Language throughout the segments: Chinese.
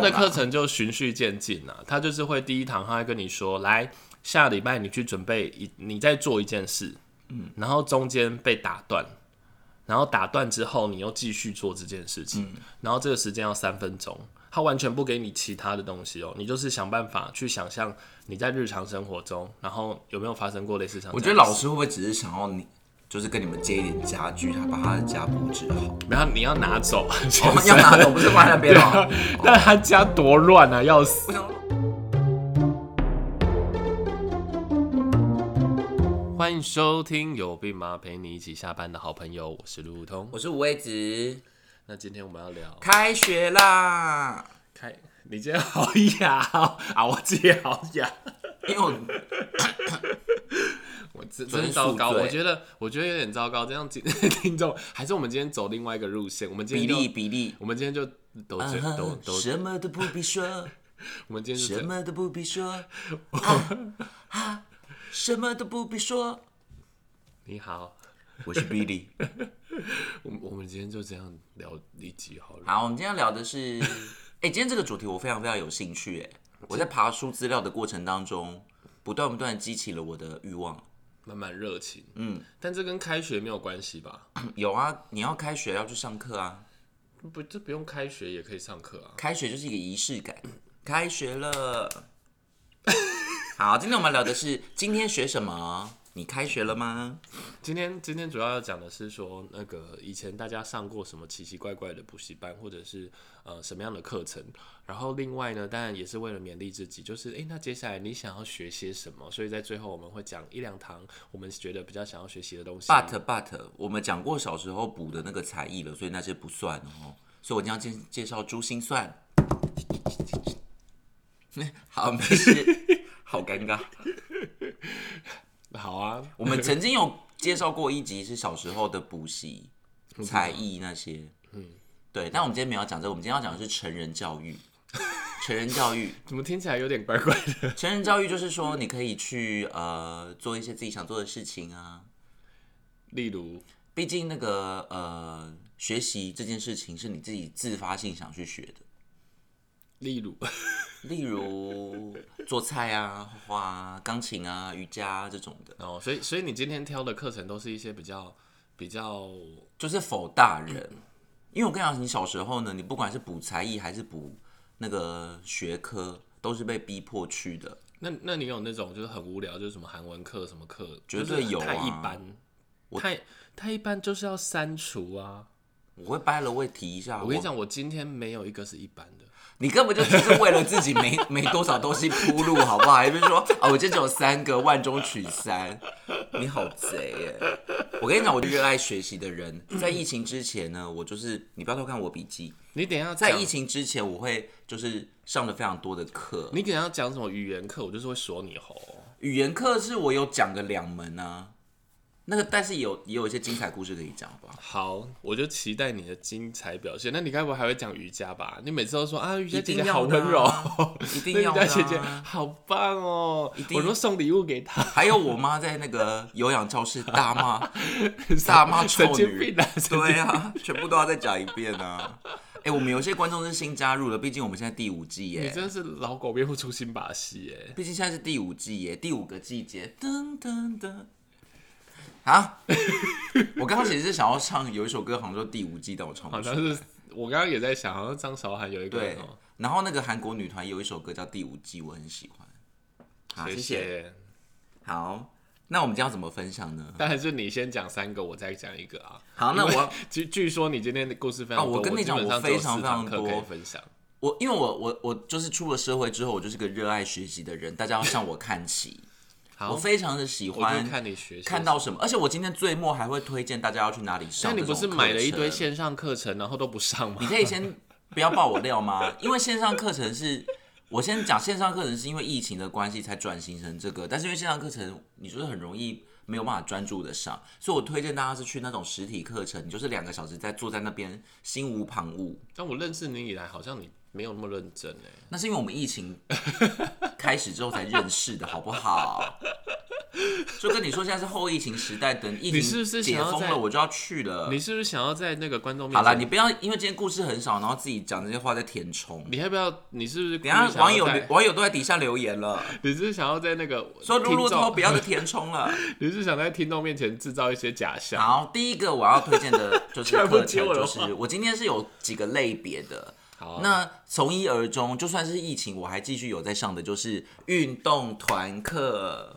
的课程就循序渐进啊，他就是会第一堂他会跟你说，来下礼拜你去准备一，你再做一件事，嗯，然后中间被打断，然后打断之后你又继续做这件事情，嗯然后这个时间要三分钟，他完全不给你其他的东西哦，你就是想办法去想象你在日常生活中，然后有没有发生过类似像这样的事？我觉得老师会不会只是想要你，就是跟你们借一点家具，他把他的家布置好， 然后你要拿走，啊我哦们要拿走，不是放在那边 哦了。但他家多乱啊，要死！ 我想说欢迎收听《有病吗？陪你一起下班的好朋友》，我是路路通。我是五味子，那今天我们要聊开学啦！开，你今天好哑哦、啊！我自己好哑，因为我我真昨真天糟糕。宿醉我觉得，我觉得有点糟糕。这样 今天听众，还是我们今天走另外一个路线。我们今比天例就，比例，我们今天就都这啊都都， 什么 都不必 说，我们今天就什这么都不必说，啊啊什么都不必说。你好，我是比 利。我们我们今天就这样聊一集好了。好，我们今天要聊的是，哎、今天这个主题我非常非常有兴趣，哎，我在爬书资料的过程当中，不断不断地激起了我的欲望。慢慢热情，嗯，但这跟开学没有关系吧？有啊，你要开学要去上课啊，不，这不用开学也可以上课啊。开学就是一个仪式感，开学了。 好，今天我们聊的是今天学什么？你开学了吗？今天今天主要要讲的是说，那个以前大家上过什么奇奇怪怪的补习班，或者是呃什么样的课程。然后另外呢，当然也是为了勉励自己，就是诶，那接下来你想要学些什么？所以在最后我们会讲一两堂我们觉得比较想要学习的东西。 But but，我们讲过小时候补的那个才艺了，所以那些不算哦。所以我今天要介介绍珠心算。 好，没事，好尴尬。好啊，我们曾经有介绍过一集是小时候的补习、才艺那些，嗯，对。但我们今天没有要讲这个，我们今天要讲的是成人教育。成人教育，怎么听起来有点怪怪的？ 成人教育就是说，你可以去呃做一些自己想做的事情啊。例如，毕竟那个呃学习这件事情是你自己自发性想去学的，例如，例如做菜啊、画画啊、钢琴啊、瑜伽、啊、这种的，哦，所以所以你今天挑的课程都是一些比较比较就是否大人。因为我跟你讲，你小时候呢，你不管是补才艺还是补那个学科，都是被逼迫去的。那那你有那种就是很无聊，就是什么韩文课什么课，绝就是对有啊太一般，太太一般就是要删除啊！我会掰了，啊我也提一下。我跟你讲，我今天没有一个是一般的。你根本就只是为了自己没 没多少东西铺路，好不好？也不是说啊，我这只有三个，万中取三。你好贼耶！我跟你讲，我就热爱学习的人，在疫情之前呢，我就是你不要偷看我笔记。你等一下在讲疫，情之前，我会就是上了非常多的课，你等一下讲什么语言课，我就是会锁你喉。语言课是我有讲个两门啊。那个，但是有也有一些精彩故事可以讲吧？好，我就期待你的精彩表现。那你该不会还会讲瑜伽吧？你每次都说啊，瑜伽姐一定姐要好的温柔，啊一 定那瑜要伽的姐姐啊好棒哦！定我都送礼物给她，还有我妈在那个有氧教室 大骂大骂臭神经女病，啊！神经对啊，全部都要再讲一遍啊！哎、我们有些观众是新加入的，毕竟我们现在第五季你耶，真的是老狗变不出新把戏耶！毕竟现在是第五季耶，第五个季节，噔噔噔。 啊！我刚刚其实是想要唱有一首歌，好像说第五季，但我唱不好出像。是我刚刚也在想，好像张韶涵有一个对哦，然后那个韩国女团有一首歌叫《第五季》，我很喜欢。好，啊谢谢谢。。好，那我们今天要怎么分享呢？但还是你先讲三个，我再讲一个啊。好，那因为我据据说你今天的故事非常多，啊我跟你讲基本上我非常只有四堂非常课可多以分享。我因为我我我就是出了社会之后，我就是个热爱学习的人，大家要向我看齐。 好我非常的喜我就欢看你学习看。到什么，而且我今天最末还会推荐大家要去哪里上。但你不是买了一堆线？线上课程，然后都不上吗你？可以先不要爆我料吗？ 因为线上课程是。我先讲线上课程是因为疫情的关系才转型成这个，但是因为线上课程你就是很容易没有办法专注的上，所以我推荐大家是去那种实体课程，你就是两个小时在坐在那边心无旁骛，但我认识你以来，好像你没有那么认真哎。那是因为我们疫情开始之后才认识的，好不好？就跟你说现在是后疫情时代，等疫你是不情是解想要封在了我就要去了你。是不是想要在那个观众面好前？啦，你不要因为今天故事很少，然后自己讲这些话在填充。你要不要？你是不是故意等一下想要网友在网友都在底下留 言了，你是不是想要在那个说露露听众涛不要再填 充了。你是想在听众面前制造一些假象？好，第一个我要推荐的 就是居啊然不课接程，我的就话是我今天是有几个类别的。好啊那从一而终，就算是疫情，我还继续有在上的就是运动团课。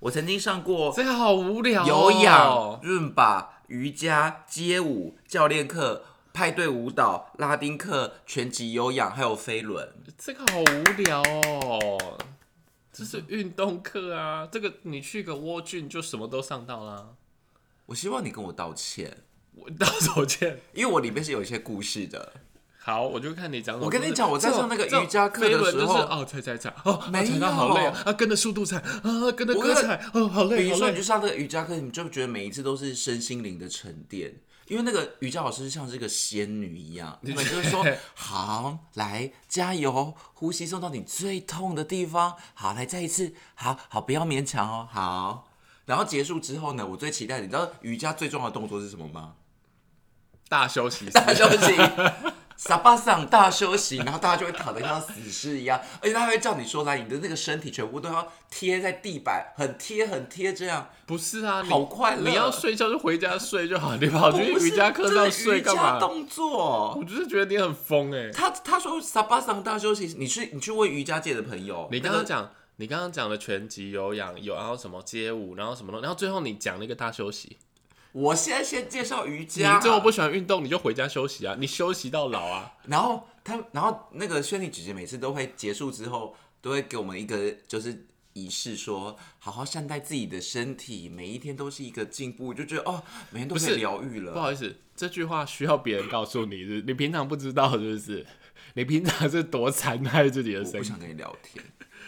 我曾经上过这个好无聊、哦。有氧、润吧、瑜伽、街舞、教练课、派对舞蹈、拉丁课、拳击、有氧，还有飞轮。这个好无聊哦。这嗯是运动课啊，这个你去个窝菌就什么都上到啦。我希望你跟我道歉，我到手见。因为我里面是有一些故事的。好，我就看你讲什么。我跟你就是讲我在这种上那个这种瑜伽课的时候飞轮就是哦踩踩踩哦，没有踩到好累啊，啊跟着速度踩啊，跟着我歌跟踩哦，好累。比如好说，累你去上这个瑜伽课，你就觉得每一次都是身心灵的沉淀，因为那个瑜伽老师像是个仙女一样，他们就是 说好，来加油，呼吸送到你最痛的地方，好，来再一次，好好不要勉强哦， 好。然后结束之后呢，我最期待的，你知道瑜伽最重要的动作是什 么吗？大休息室，大休息。沙巴桑大休息，然后大家就会躺得像死尸一样，而且他还会叫你说来，你的那个身体全部都要贴在地板，很贴很贴这样，不是啊，你好快乐你要睡觉就回家睡就好，你跑去不是瑜伽课上睡干这是瑜伽嘛？动作我，就是觉得你很疯哎、他他说沙巴桑大休息，你去你去问瑜伽界的朋友，你刚那刚个讲，你刚刚讲的拳击、有氧，有然后什么街舞，然后什么东然后最后你讲了一个大休息。我现在先介绍瑜你伽，这么不喜欢运动，你就回家休息啊，你休息到老啊。然后他，然后那个轩丽姐姐每次都会结束之后，都会给我们一个就是仪式说，好好善待自己的身体，每一天都是一个进步，就觉得哦，每天都不是被疗愈不了。好意思，这句话需要别人告诉你，是你平常不知道是不是？ 你平常是多残害自己的我身不体想。跟你聊天，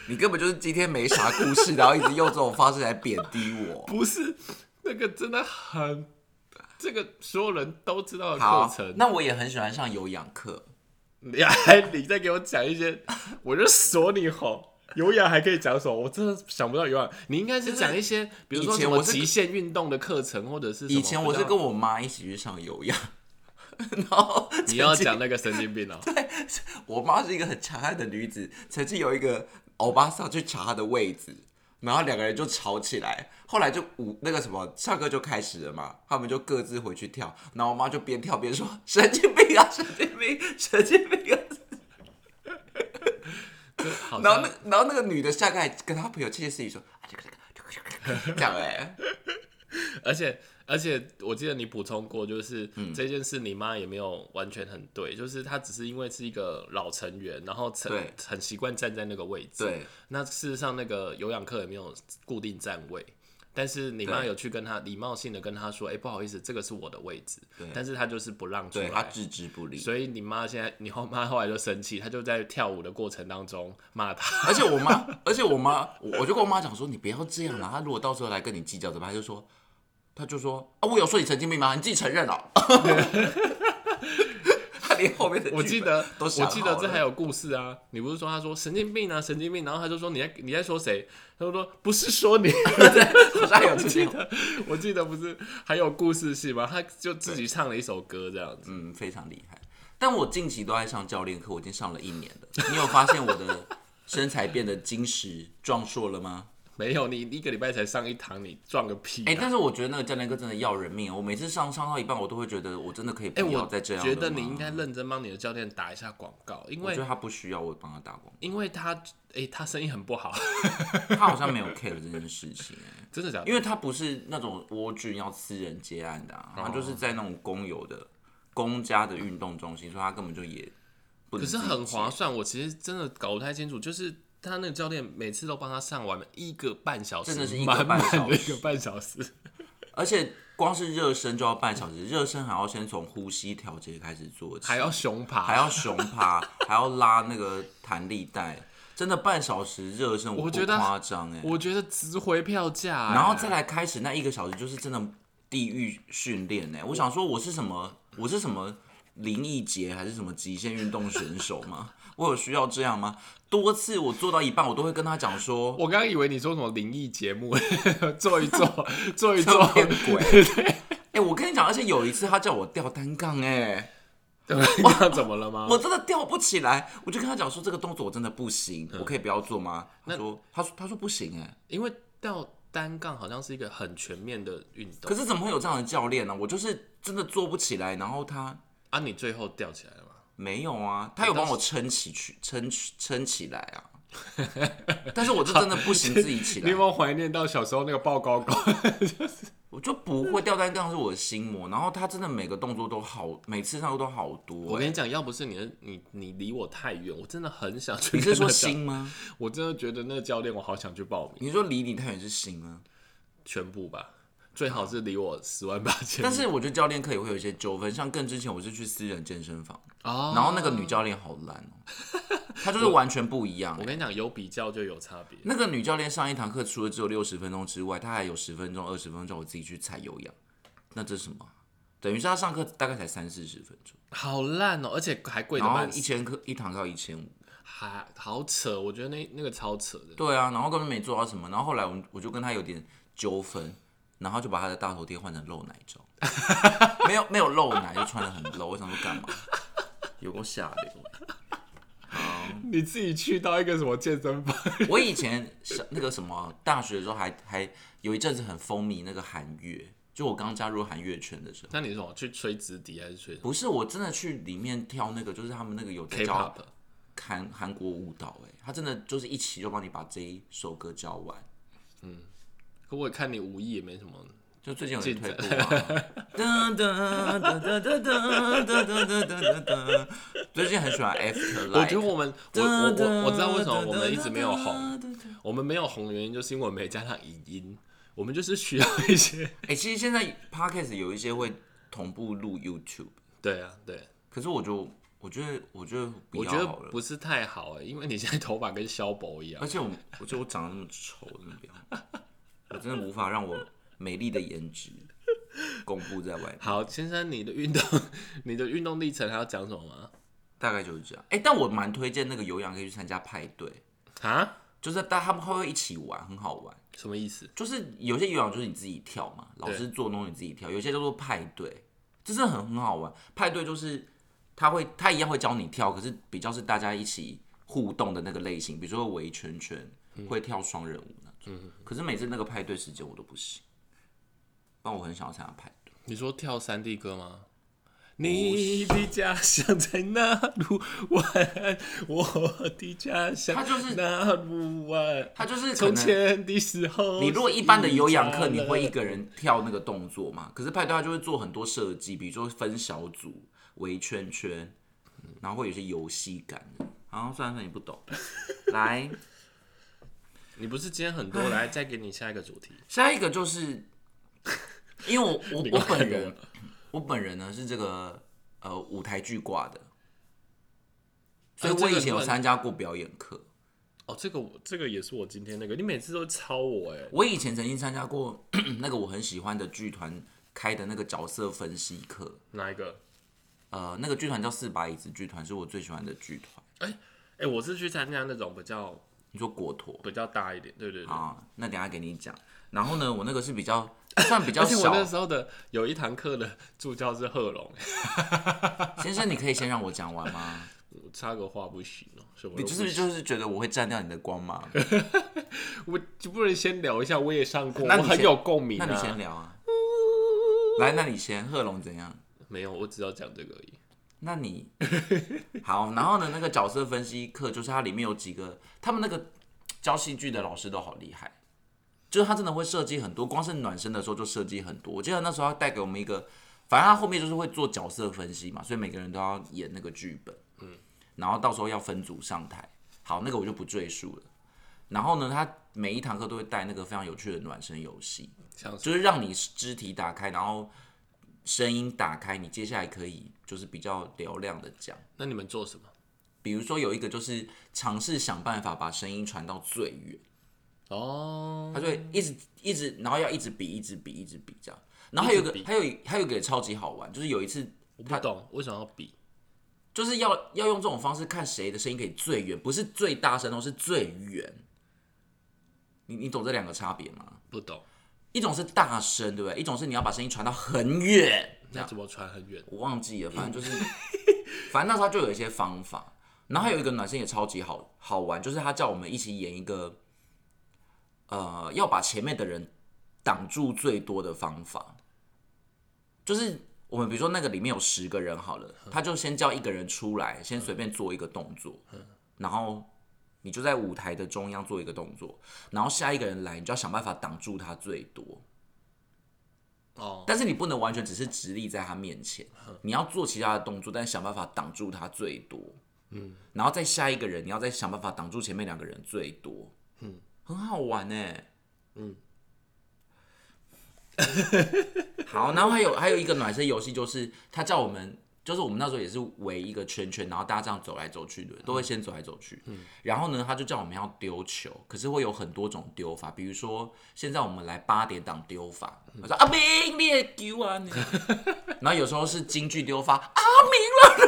你根本就是今天没啥故事，然后一直用这种方式来贬低我。不是，那个真的很，这个所有人都知道的好 课程，。那我也很喜欢上有氧课。你还你再给我讲一些，我就锁你吼。有氧还可以讲什么？我真的想不到有氧。你应该是讲一些，比如说以前什么我是极限运动的课程，或者是什么以前我是不知跟道我妈一起去上有氧，然后你要讲那个神经 病哦、我妈是一个很强悍的女子，曾经有一个欧巴桑去查她的位置，然后两个人就吵起来，后来就舞那个什么上课就开始了嘛，他们就各自回去跳，然后我妈就边跳边说神经病啊，神经病，神经病啊，这好然后像那然后那个女的下课还跟她朋友窃窃私语说啊这个这个这个这个这样哎、而且而且我记得你补充过，就是、嗯这件事你妈也没有完全很对，就是她只是因为是一个老成员，然后成对很习惯站在那个位置。对，那事实上那个有氧课也没有固定站位。但是你妈对有去跟她礼貌性的跟她说，哎、不好意思，这个是我的位置对，但是她就是不让出对她来，置之不理。所以你妈现在，你后妈后来就生气，她就在跳舞的过程当中骂她，而且我妈，而且我妈，我我就跟我妈讲说，你不要这样啦。她如果到时候来跟你计较怎么办？她就说，她就说啊，我有说你神经病吗？你自己承认了。 她连后面的我记得，都我想记得好这了还有故事啊！你不是说他说神经病啊，神经病，然后他就说你在你在说谁？他就说不是说你， 好像有我记这些，得我记得不是还有故事性吗？他就自己唱了一首歌这样子。嗯，非常厉害。但我近期都在上教练课，我已经上了一年了。你有发现我的身材变得金石壮硕 了吗？没有，你一个礼拜才上一堂，你撞个屁、啊！哎、但是我觉得那个教练课真的要人命。我每次上上到一半，我都会觉得我真的可以哎、不要我再这样觉了吗。得你应该认真帮你的教练打一下广告，因我觉为得他不需要我帮他打光，因为他哎、他生意很不好，他好像没有 care 这件事情、哎。真的假的？因为他不是那种蜗居要私人接案的、啊，哦他就是在那种公有的公家的运动中心，所以他根本就也不 能可是自己很接划算，我其实真的搞不太清楚，就是他那个教练每次都帮他上完一个半小时，真的是一个满半小时满的一个半小时。而且光是热身就要半小时，热身还要先从呼吸调节开始做起，还要熊爬，还要熊爬，还要拉那个弹力带，真的半小时热身，我不觉得夸张哎，我觉得值回票价欸、然后再来开始那一个小时就是真的地狱训练哎，我想说我是什么，我是什么。林毅杰还是什么极限运动选手吗？我有需要这样吗？多次我做到一半，我都会跟他讲 说，我刚刚以为你说什么灵异节目，做一做，做一做，变鬼。 哎、我跟你讲，而且有一次他叫我吊单杠、哎，那 怎么了吗？我真的吊不起来，我就跟他讲说这个动作我真的不行，我可以不要做吗？他说，他说，他说不行、哎，因为吊单杠好像是一个很全面的运动可是怎么会有这样的教练呢、我就是真的做不起来，然后他啊，你最后吊起来了吗？没有啊，他有帮我撑起去，撑起撑起来啊。 但是我就真的不行自己起你有来没，有怀念到小时候那个抱高高？我就不会吊单杠是我的心魔。然后他真的每个动作都好，每次上都好多、我哎跟你讲，要不是你的你你离我太远，我真的很想去。你是说？心吗？我真的觉得那个教练，我好想去报名，你说离你太远是心吗？全部吧，最好是离我十万八千。但是我觉得教练课也会有一些纠纷，像更之前我是去私人健身房，哦，然后那个女教练好烂哦，她就是完全不一样我。跟你讲，有比较就有差别。那个女教练上一堂课除了只有六十分钟之外，她还有十分钟、二十分钟叫我自己去踩有氧，那这是什么啊？等于是她上课大概才三四十分钟，好烂哦，而且还贵的然后半一死，千课一堂课要一千五，还好扯。我觉得那那个超扯的。对啊，然后根本没做到什么。然后后来我们我就跟她有点纠纷，然后就把她的大头贴换成露奶 照，没有没有露奶，就穿的很露。我想说干嘛？有够下流。你自己去到一个什么健身房？我以前小那个什么大学的时候还，还有一阵子很风靡那个韩乐，就我刚加入韩乐圈的时候，那你是什么去吹直笛还是吹不是我真的去里面挑那个，就是他们那个有在教 K-pop？韩韩国舞蹈、哎，他真的就是一起就帮你把这一首歌教完。可我看你武艺也没什么。就最近有点退步啊，噔噔噔噔噔噔噔噔噔噔噔， 最近很喜欢 After Life。我觉得我们，我我我我知道为什么我们一直没有红，红。我们没有红的原因就是因为我们没加上影音，我们就是需要一些。 哎、其实现在 Podcast 有一些会同步录 YouTube。对啊，对，可是我就我觉得我觉得不我要觉得好了，不是太好欸因为你现在头发跟萧伯一而样。且我我觉得我长得那么丑，真的不要，我真的无法让我美丽的颜值公布在外面，好，先生，你的运动，你的运动历程还要讲什么吗？大概就是这样。哎、但我蛮推荐那个有氧可以去参加派对，啊？就是大他们会一起玩，很好玩。什么意思？就是有些有氧就是你自己跳嘛，老师做东西你自己跳，有些叫做派对，这真的很很好玩。派对就是他会他一样会教你跳，可是比较是大家一起互动的那个类型，比如说围圈圈，会跳双人舞那种。嗯可是每次那个派对时间我都不行，但我很想要参加派对。你说跳山地歌吗？你的家乡在哪路外？我的家乡它就是哪路外？他就是 可从能前的时候，你如果一般的有氧课，你会一个人跳那个动作嘛？可是派对他就会做很多设计，比如说分小组、围圈圈，嗯然后会有些游戏感。然后算了算了，你 不懂。来，你不是今天很多来，再给你下一个主题。下一个就是，因为我 我你我刚才本给我人，我本人呢是这个呃舞台剧挂的，所以啊这我个以前有乱参加过表演课。哦，这个我这个也是我今天那个，你每次都抄我哎。我以前曾经参加过 那个我很喜欢的剧团开的那个角色分析课，哪一个？呃，那个剧团叫四把椅子剧团，是我最喜欢的剧团。哎，我是去参加那种比较你说果陀比较大一点，对对对。啊？那等一下给你讲。然后呢，我那个是比较算比较而且我少。那时候的有一堂课的 助教是贺龙，欸先生，你可以先让我讲 完吗？我插个话不行哦，什么你都就不是不行是就是觉得我会占掉你的光芒？我就不能先聊一下，我也上过，那我你很先有共鸣、那啊。你先聊啊。来，那你先。贺龙怎样？没有，我只要讲这个而已。那你好，然后呢？那个角色分析课就是它里面有几个，他们那个教戏剧的老师都好厉害，就是他真的会设计很多，光是暖身的时候就设计很多。我记得那时候他带给我们一个，反正他后面就是会做角色分析嘛，所以每个人都要演那个剧本，嗯，然后到时候要分组上台。好，那个我就不赘述了。然后呢，他每一堂课都会带那个非常有趣的暖身游戏，像是就是让你肢体打开，然后声音打开，你接下来可以就是比较嘹亮的讲。那你们做什么？比如说有一个就是尝试想办法把声音传到最远，哦，他就会一直一直，然后要一直比，一直比，一直比这样。然后还有一一直个，比还有一还有一个也超级好玩，就是有一次我不懂为什么要比，就是要要用这种方式看谁的声音可以最远，不是最大声哦，是最远。你你懂这两个差别吗？不懂，一种是大声，对不对？一种是你要把声音传到很远，这那样怎么传很远？我忘记了，反正就是，反正那时候他就有一些方法。然后还有一个男生也超级好好玩，就是他叫我们一起演一个，呃，要把前面的人挡住最多的方法。就是我们比如说那个里面有十个人好了，他就先叫一个人出来，先随便做一个动作，然后你就在舞台的中央做一个动作，然后下一个人来，你就要想办法挡住他最多。哦，但是你不能完全只是直立在他面前，你要做其他的动作，但是想办法挡住他最多。嗯，然后再下一个人，你要再想办法挡住前面两个人最多。嗯，很好玩哎、嗯，好，然后还有还有一个暖身游戏，就是他叫我们，就是我们那时候也是围一个圈圈，然后大家这样走来走去的，都会先走来走去。嗯，然后呢，他就叫我们要丢球，可是会有很多种丢法，比如说现在我们来八点档丢法，我说阿明你也丢啊你， 然后有时候是京剧丢法，阿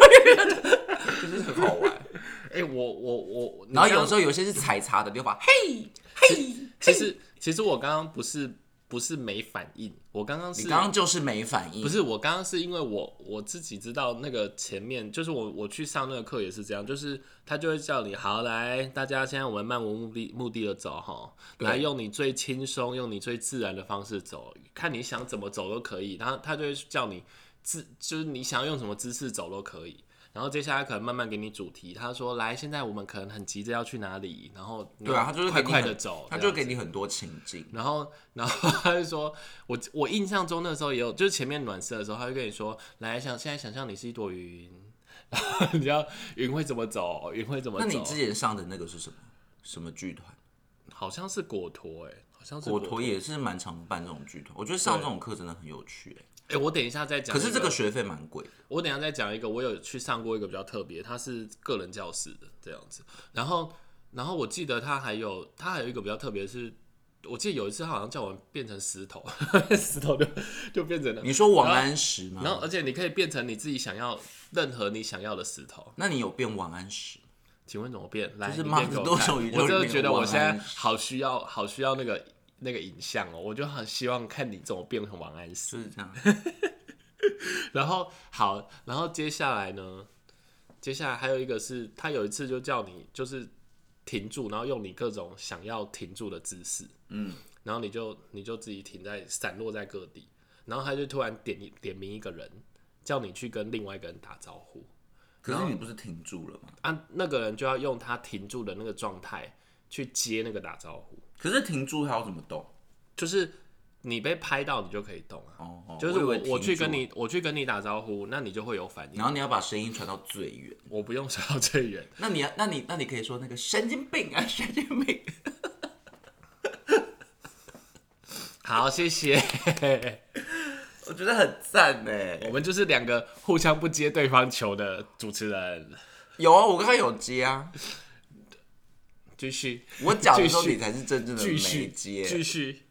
明了，就是很好玩。哎、我我我，然后有时时候候有些是采茶的丢法，嘿，其实其实我刚刚不是不是没反应，我刚刚你是刚刚就是没反应，不是，我刚刚是因为我我自己知道那个前面，就是我我去上那个课也是这样，就是他就会叫你好来，大家现在我们漫无目的目的的走哈，对来用你最轻松、用你最自然的方式走，看你想怎么走都可以。然后他就会叫你姿，就是你想要用什么姿势走都可以。然后接下来可能慢慢给你主题，他说来，现在我们可能很急着要去哪里，然后你对啊，他就是快给你快很的走，他这就样给子你很多情境，然后，然后他就说，我我印象中那时候也有，就是前面暖色的时候，他会跟你说，来想现在想象你是一朵云，然后你知道云会怎么走，云会怎么那走？你之前上的那个是什么？什么剧团？好像是果陀哎、好像是果陀陀。也是蛮常办这种剧团，我觉得上这种课真的很有趣、欸。哎、我等一下再讲可一。是这个学费蛮贵的，我等一下再讲一个，我有去上过一个比较特别，它是个人教室的这样子。然后，然后我记得它还有它还有一个比较特别的是，我记得有一次它好像叫我们变成石头， 石头就就变成了你说王安石吗？然后，而且你可以变成你自己想要任何你想要的石头。那你有变王安石？请问怎么变？来，就是你马变子给我多看种宇宙我里真的面觉得有我王现在安石好需要，好需要那个那个影像哦，我就很希望看你怎么变成王安石。就是 这样。然后好，然后接下来呢？接下来还有一个是他有一次就叫你就是停住，然后用你各种想要停住的姿势，嗯，然后你就你就自己停在散落在各地，然后他就突然点一点名一个人，叫你去跟另外一个人打招呼，可是你不是停住了吗？啊，那个人就要用他停住的那个状态去接那个打招呼，可是停住还要怎么动？就是你被拍到，你就可以动啊。哦，哦就是我我以为停我去住跟，你我去跟你打招呼，那你就会有反应然。后你要把声音传到最远。我不用想到最远，那你要那你那你可以说那个神经病啊，神经病。好，谢 谢。我觉得很赞呢。我们就是两个互相不接对方球的主持人。有啊，我刚刚有接啊。继续，我讲的时 候继续你才是真正的继没续，继接。续。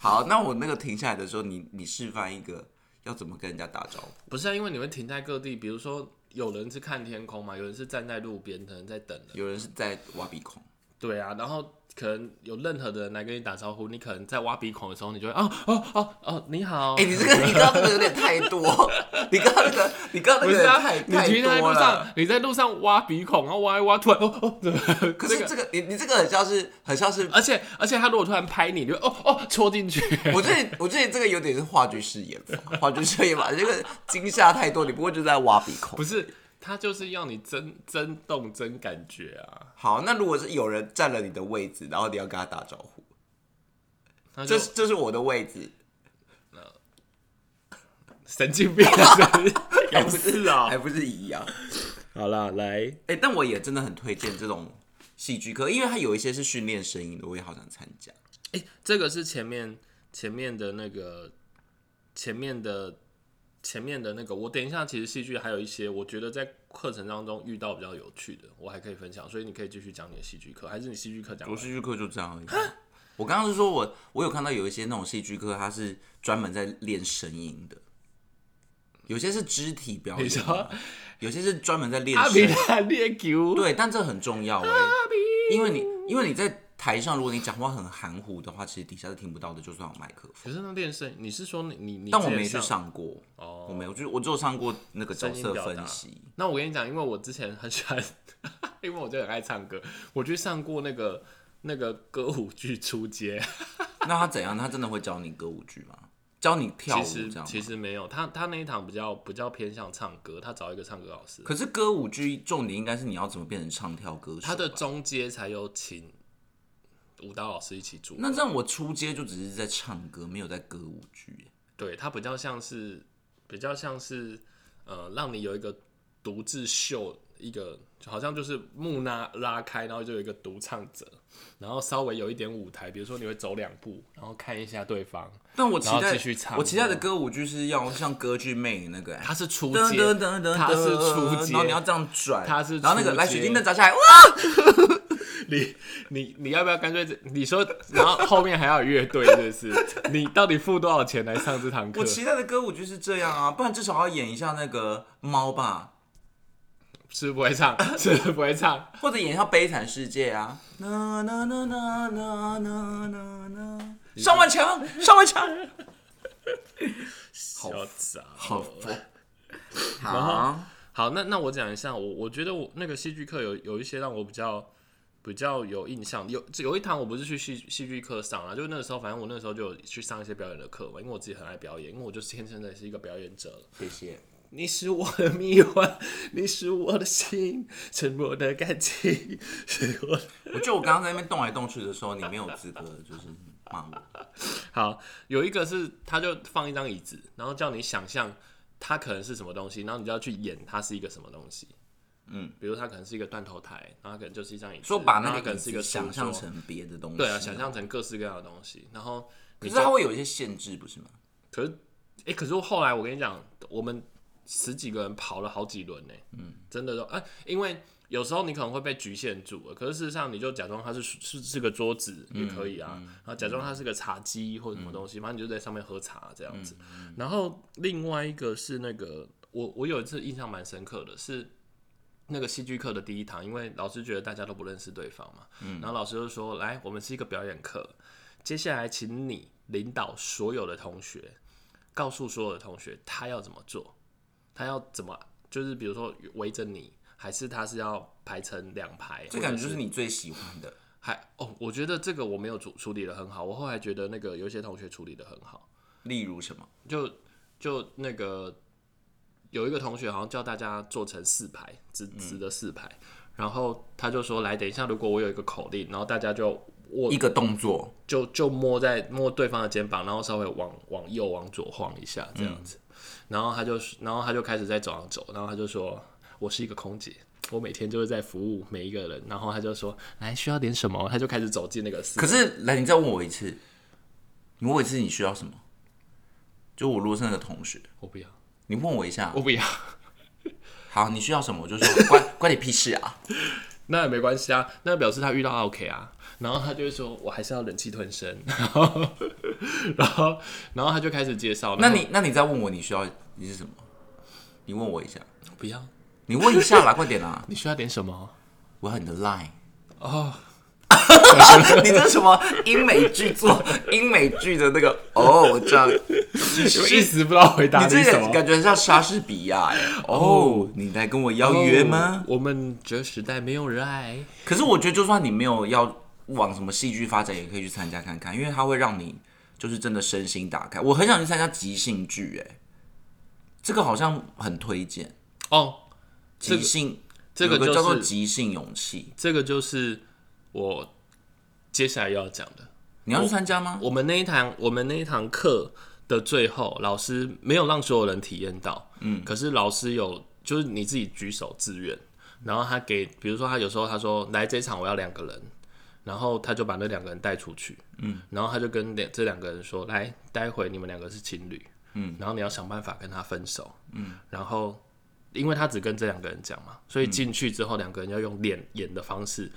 好，那我那个停下来的时候，你你示范一个要怎么跟人家打招呼。不是、啊、因为你们停在各地，比如说有人是看天空嘛，有人是站在路边，可能在等人。有人是在挖鼻孔，对啊，然后可能有任何的人来跟你打招呼，你可能在挖鼻孔的时候，你就会哦哦哦哦，你好。哎、你这个你刚刚这个有点太多， 你刚刚那个你刚刚不那是个有点啊太、，你太停在多路了。上，你在路上挖鼻孔，然后挖一挖，突然哦哦，怎么？可可是这个你你这个很像是很像是，而且而且他如果突然拍你，你就哦哦戳进去。 我觉得我觉得这个有点是话剧式演法，话剧式演法这个惊吓太多，你不过就在挖鼻孔不。是，他就是要你真真动真感觉啊。好，那如果是有人占了你的位置，然后你要跟他打招呼，他就这是这是我的位置，神经病 啊，还有不事啊还。不哦是一样？ 好啦，来，哎、但我也真的很推荐这种戏剧课，因为它有一些是训练声音的，我也好想参加。哎、这个是前面前面的那个前面的前面的那个，我等一下其实戏剧还有一些，我觉得在课程当中遇到比较有趣的，我还可以分享，所以你可以继续讲你的戏剧课，还是你戏剧课讲我完？戏剧课就这样而已。我刚刚是说我我有看到有一些那种戏剧课，它是专门在练声音的，有些是肢体表你演说啊，有些是专门在 练阿比身。拉练球，对，但这很重要哎、因为你因为你在台上，如果你讲话很含糊的话，其实底下是听不到的，就算有麦克风。可是那练声，你是说你你你？但我没去。上过，哦我没有，就我只有上过那个角声音色表达分析。那我跟你讲，因为我之前很喜欢， 因为我就很爱唱歌，我去上过那个那个歌舞剧出街。那他怎样？他真的会教你歌舞剧吗？教你其跳舞这实样吗？其实没有，他他那一堂比较比较偏向唱歌，他找一个唱歌老师，可是歌舞剧重点应该是你要怎么变成唱跳歌手吧。他的中阶才有请舞蹈老师一起主。那这样我出街就只是在唱歌，没有在歌舞剧耶。对他比较像是比较像是呃，让你有一个独自秀一个，就好像就是幕拉拉开，然后就有一个独唱者，然后稍微有一点舞台，比如说你会走两步，然后看一下对方。但我期然后待继续唱我期待的歌舞剧是要像歌剧魅影那个耶。哎他是出噔街，噔噔噔，他是出然后你要街。这样转，他是然后那个出来街水晶灯砸下来，哇！你你你要不要干脆你说，然后后面还要有乐队，是不 是？你到底付多少钱来上这堂课我？期待的歌舞剧是这样啊，不然至少要演一下那个猫吧，是不会唱， 是不会唱。或者演一下《悲惨世界》 啊。na na na na na na na na，上万强，上 万强，好小杂。好疯。好，啊好，那那我讲一下，我我觉得我那个戏剧课有有一些让我比较比较有印象，有有一堂我不是去戏戏剧课上啊，就是那个时候，反正我那时候就有去上一些表演的课嘛，因为我自己很爱表演，因为我就是天生的是一个表演者了。谢谢。你是我的迷幻，你是我的心，沉默的感情是我的我就我刚刚在那边动来动去的时候，你没有资格就是骂我。好，有一个是他就放一张椅子，然后叫你想象它可能是什么东西，然后你就要去演它是一个什么东西。嗯，比如它可能是一个断头台，然后它可能就是一张椅子，说把然后那它可个能是一个想书象桌成别的东西，对啊，想，象成各式各样的东西。然后可你是就它会有一些限制，不是吗？可是哎、可是后来我跟你讲，我们十几个人跑了好几轮呢、嗯，真的都哎、因为有时候你可能会被局限住了，可是事实上你就假装它是是是个桌子也可以啊，嗯然后假装它是个茶几或者什么东西，反正你就在上面喝茶这样子。然后另外一个是那个我我有一次印象蛮深刻的是。那个戏剧课的第一堂，因为老师觉得大家都不认识对方嘛，嗯然后老师就说：“来，我们是一个表演课，接下来请你领导所有的同学，告诉所有的同学他要怎么做，他要怎么，就是比如说围着你，还是他是要排成两排，这感觉就或者是你最喜欢的。还哦，我觉得这个我没有处处理的很好，我后来觉得那个有一些同学处理的很好，例如什么？就就那个有一个同学好像叫大家做成四排，直嗯直的四排，然后他就说来，等一下，如果我有一个口令，然后大家就握一个动作，就就摸在摸对方的肩膀，然后稍微往往右往左晃一下这嗯样子，然后他就然后他就开始在走廊走，然后他就说我是一个空姐。我每天就是在服务每一个人，然后他就说来需要点什么，他就开始走进那个四可是来，你再问我一次，你问我一次，你需要什么？就我如果是那个同学，我不要，你问我一下我，不要，好，你需要什么？我就说关 关你屁事啊！那也没关系啊，那表示他遇到 OK 啊，然后他就会说我还是要忍气吞声， 然后然后然后他就开始介绍，那然后你那你再问我，你需要你是什么？你问我一下，不要，你问一下啦， 快点啦！你需要点什 么？我要你的 line。哦， 你这是什么英美剧 做英美剧的那个哦，这样，就一时不知道回答你这你什个么。感觉很像莎士比亚哎。哦，你来跟我邀约吗？哦我们这个时代没有人爱。可是我觉得，就算你没有要往什么戏剧发展，也可以去参加看看，因为它会让你就是真的身心打开。我很想去参加即兴剧，哎，这个好像很推荐。哦，这即个兴这个有叫做就是即兴勇气，这个就是我接下来要讲的。你要去参加吗？我们那一堂，我们那一堂课的最后，老师没有让所有人体验到，嗯，可是老师有，就是你自己举手自愿，然后他给，比如说他有时候他说来这一场我要两个人，然后他就把那两个人带出去，嗯，然后他就跟两这两个人说，来，待会你们两个是情侣，嗯，然后你要想办法跟他分手，嗯，然后因为他只跟这两个人讲嘛，所以进去之后两个人要用脸演的方式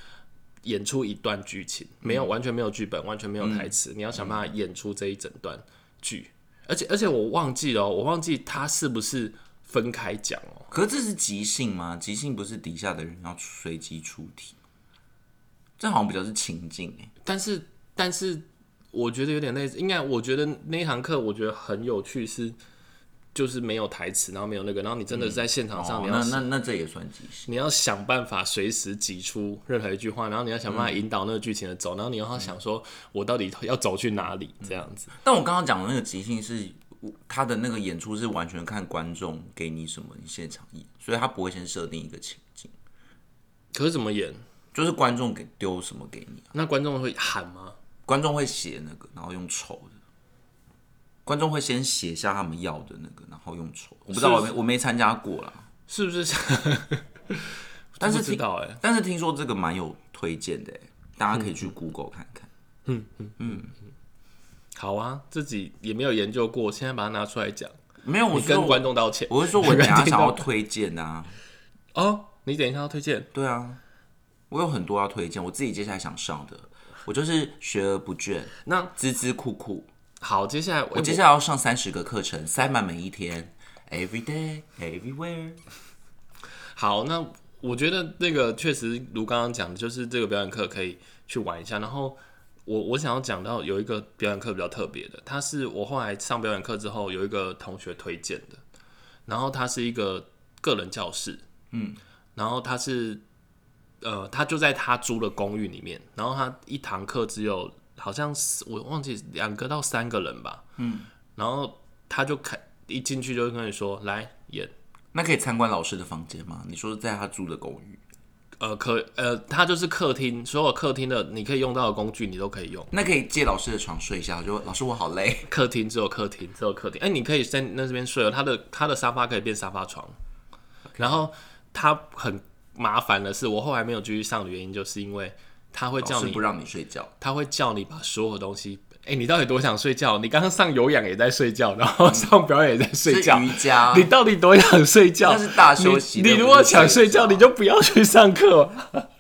演出一段嗯剧情，没有完全没有剧本，完全没有台词，你要想办法演出这一整段剧。而且而且我忘记了哦、我忘记他是不是分开讲哦。可是这是即兴吗？即兴不是底下的人要随机出题，这好像比较是情境哎、但是但是我觉得有点类似，应该我觉得那一堂课我觉得很有趣是。就是没有台词，然后没有那个，然后你真的是在现场上，哦你要那那那这也算即兴。你要想办法随时挤出任何一句话，然后你要想嗯办法引导那个剧情的走，然后你要想说，我到底要走去哪里这样子。但我刚刚讲的那个即兴是他的那个演出是完全看观众给你什么，你现场演，所以他不会先设定一个情境，可是怎么演？就是观众给丢什么给你，啊那观众会喊吗？观众会写那个，然后用抽的。观众会先写下他们要的那个，然后用抽。我不知道，是我没我没参加过啦。是不是像？ 但是不知听道哎、但是听说这个蛮有推荐的欸，大家可以嗯去 Google 看看。好啊，自己也没有研究过，现在把它拿出来讲，没有，我是跟说观众道歉。我是 说我等一下想要推荐啊，哦，你等一下要推荐对啊，我有很多要推荐，我自己接下来想上的，我就是学而不倦，那孜孜酷酷。好，接下来我我接下来要上三十个课程，塞满每一天，every day everywhere。好，那我觉得那个确实如刚刚讲的，就是这个表演课可以去玩一下。然后我我想要讲到有一个表演课比较特别的，它是我后来上表演课之后有一个同学推荐的，然后它是一个个人教室，嗯，然后它是呃，他就在他租的公寓里面，然后他一堂课只有好像是我忘记两个到三个人吧，嗯，然后他就开一进去就会跟你说来演。那可以参观老师的房间吗？你说在他住的公寓，呃，可呃，它就是客厅，所有客厅的你可以用到的工具，你都可以用。那可以借老师的床睡一下？我就老师我好累，客厅只有客厅，只有客厅。哎、你可以在那这边睡哦了，它的它的沙发可以变沙发床。然后它很麻烦的是，我后来没有继续上的原因，就是因为它会老叫师你不，让你睡觉。它会叫你把所有东西。哎、你到底多想睡觉？你刚刚上有氧也在睡觉，然嗯后上表演也在睡觉是，瑜伽 你到底多想睡觉？啊那是大休息你那你不是如果想睡觉，睡觉哦你就不要去上课。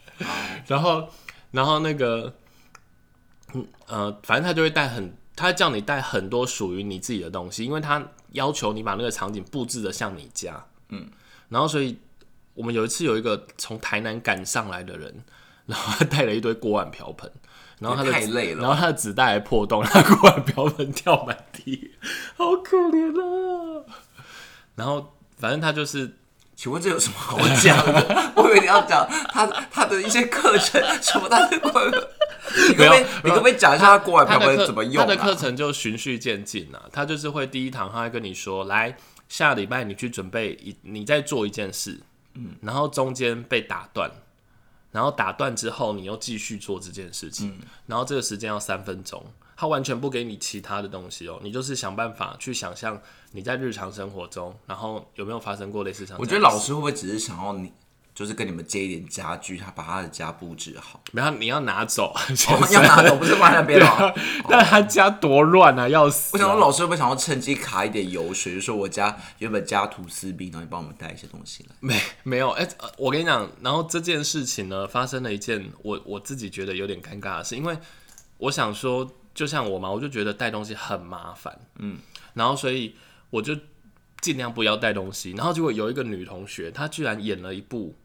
然后，然后那个，嗯呃，反正他就会带很，他叫你带很多属于你自己的东西，因为他要求你把那个场景布置的像你家。嗯，然后所以我们有一次有一个从台南赶上来的人，然后他带了一堆锅碗瓢盆。然后他的也太累了然后他的纸袋还破洞，他锅碗瓢盆掉满地，好可怜啊！然后反正他就是请问这有什么好讲的？ 我以为你要讲他他的一些课程什么，他的过，你可不可没以有你可不可以讲一下他过来他瓢的盆课怎么用、他的课啊？程就循序渐进啊，他就是会第一堂他会跟你说，来下礼拜你去准备一，你再做一件事，嗯，然后中间被打断，然后打断之后你又继续做这件事嗯情，然后这个时间要三分钟。他完全不给你其他的东西哦，你就是想办法去想象你在日常生活中，然后有没有发生过类似像这样的事？我觉得老师会不会只是想要你，就是跟你们借一点家具，他把他的家布置好，然后你要拿走，我们哦 要拿走，不是放在那边啊了。 但他家多乱啊，要死我！想说，老师会不会想要趁机卡一点油水，就说我家原本家徒四壁，然后你帮我们带一些东西来？没没有，哎、呃我跟你讲，然后这件事情呢，发生了一件我我自己觉得有点尴尬的事，因为我想说，就像我嘛，我就觉得带东西很麻烦，嗯，然后所以我就尽量不要带东西，然后结果有一个女同学，她居然演了一部，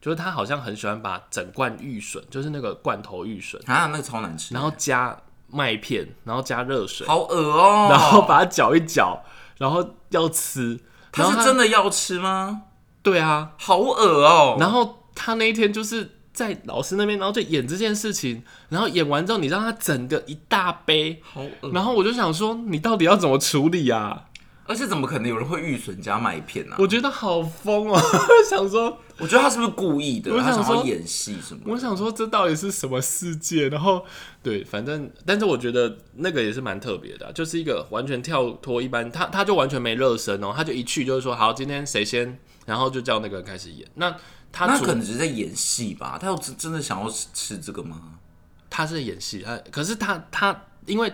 就是她好像很喜欢把整罐玉笋，就是那个罐头玉笋，啊，那个超难吃，然后加麦片，然后加热水，好恶哦、然后把它搅一搅，然后要吃，然他后是真的要吃吗？对啊，好恶哦、然后他那一天就是在老师那边，然后就演这件事情，然后演完之后，你让他整个一大杯，好恶。然后我就想说，你到底要怎么处理啊？而且怎么可能有人会玉笋加麦片呢、啊？我觉得好疯哦， 想说，我觉得他是不是故意的？我他想想要说演戏什么的？我想说这到底是什么世界？然后对，反正，但是我觉得那个也是蛮特别的啊、就是一个完全跳脱一般，他他就完全没热身哦，他就一去就是说好，今天谁先，然后就叫那个人开始演。那他那主可能只是在演戏吧？他有真真的想要吃吃这个吗？他是演戏，他可是他他因为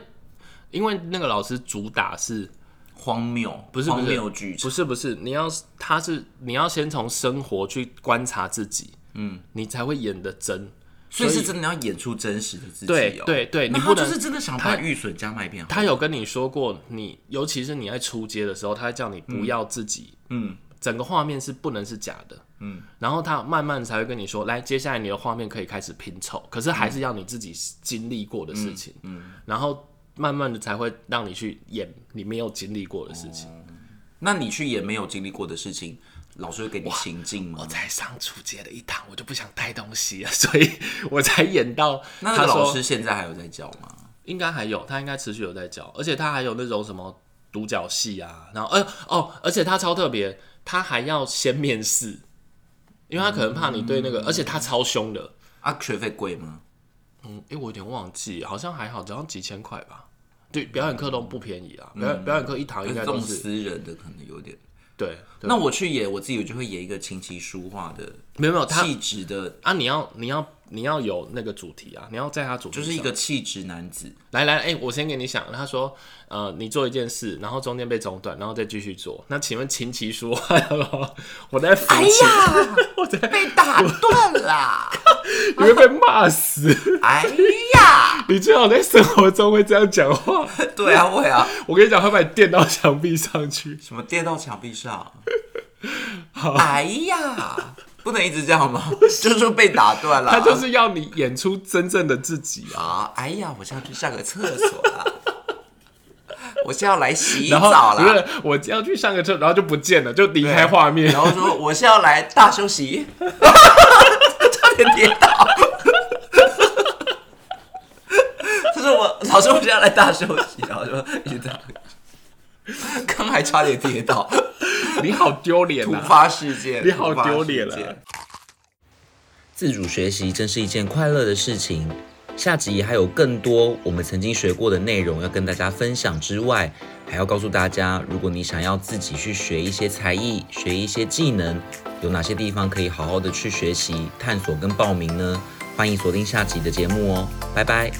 因为那个老师主打是荒谬，不是不荒是谬剧场不，是不是你要他是你要先从生活去观察自己，嗯，你才会演的真。所以所以是真的要演出真实的自己、哦。对对对，你那不他能就是真的想把玉笋加麦片好了，他有跟你说过，你尤其是你在出街的时候，他会叫你不要自己，嗯，整个画面是不能是假的，嗯，然后他慢慢才会跟你说，来，接下来你的画面可以开始拼凑，可是还是要你自己经历过的事情，嗯，然后慢慢的才会让你去演你没有经历过的事情。那你去演没有经历过的事情，老师会给你情境吗？才上出街的一堂，我就不想带东西了， 所以我才演到那他那个老说师现在还有在教吗？应该还有，他应该持续有在教，而且他还有那种什么独角戏啊，然后呃哦，而且他超特别，他还要先面试，因为他可能怕你对那个，而且他超凶的，啊，学费贵吗？嗯，诶，我有点忘记，好像还好，只要几千块吧。对，表演课都不便宜啊，表演表演课一堂应这该都种是私人的可能有点。对，对那我去演，我自己就会演一个琴棋书画的没有没有他气质的，啊，你要你要你要有那个主题啊，你要在他主题就是一上个气质男子。来来，哎、我先给你想。他说，呃，你做一件事，然后中间被中断，然后再继续做。那请问琴棋书画要不要？我在哎扶琴，我在， 被打断 啦！你会被骂死。哎呀，你最好在生活中会这样讲话。对啊，会啊，我跟你讲，会把你电到墙壁上去。什么跌到墙 壁上？哎呀，不能一直这样吗？就是说被打断了。他就是要你演出真正的自己啊。啊，哎呀，我现在去上个厕所啦，我现在要来洗然后澡不啦。是，我要去上个厕，然后就不见了，就离开画面然。后说我是要来大休息， 差点跌倒。他说我老师，我现在要来大休息，然后就一直这样刚还差点跌 倒，你好丢脸突啊！发事件，你好突发丢脸事件啊！自主学习真是一件快乐的事情。下集还有更多我们曾经学过的内容要跟大家分享之外，还要告诉大家，如果你想要自己去学一些才艺、学一些技能，有哪些地方可以好好的去学习、探索跟报名呢？欢迎锁定下集的节目哦，拜拜。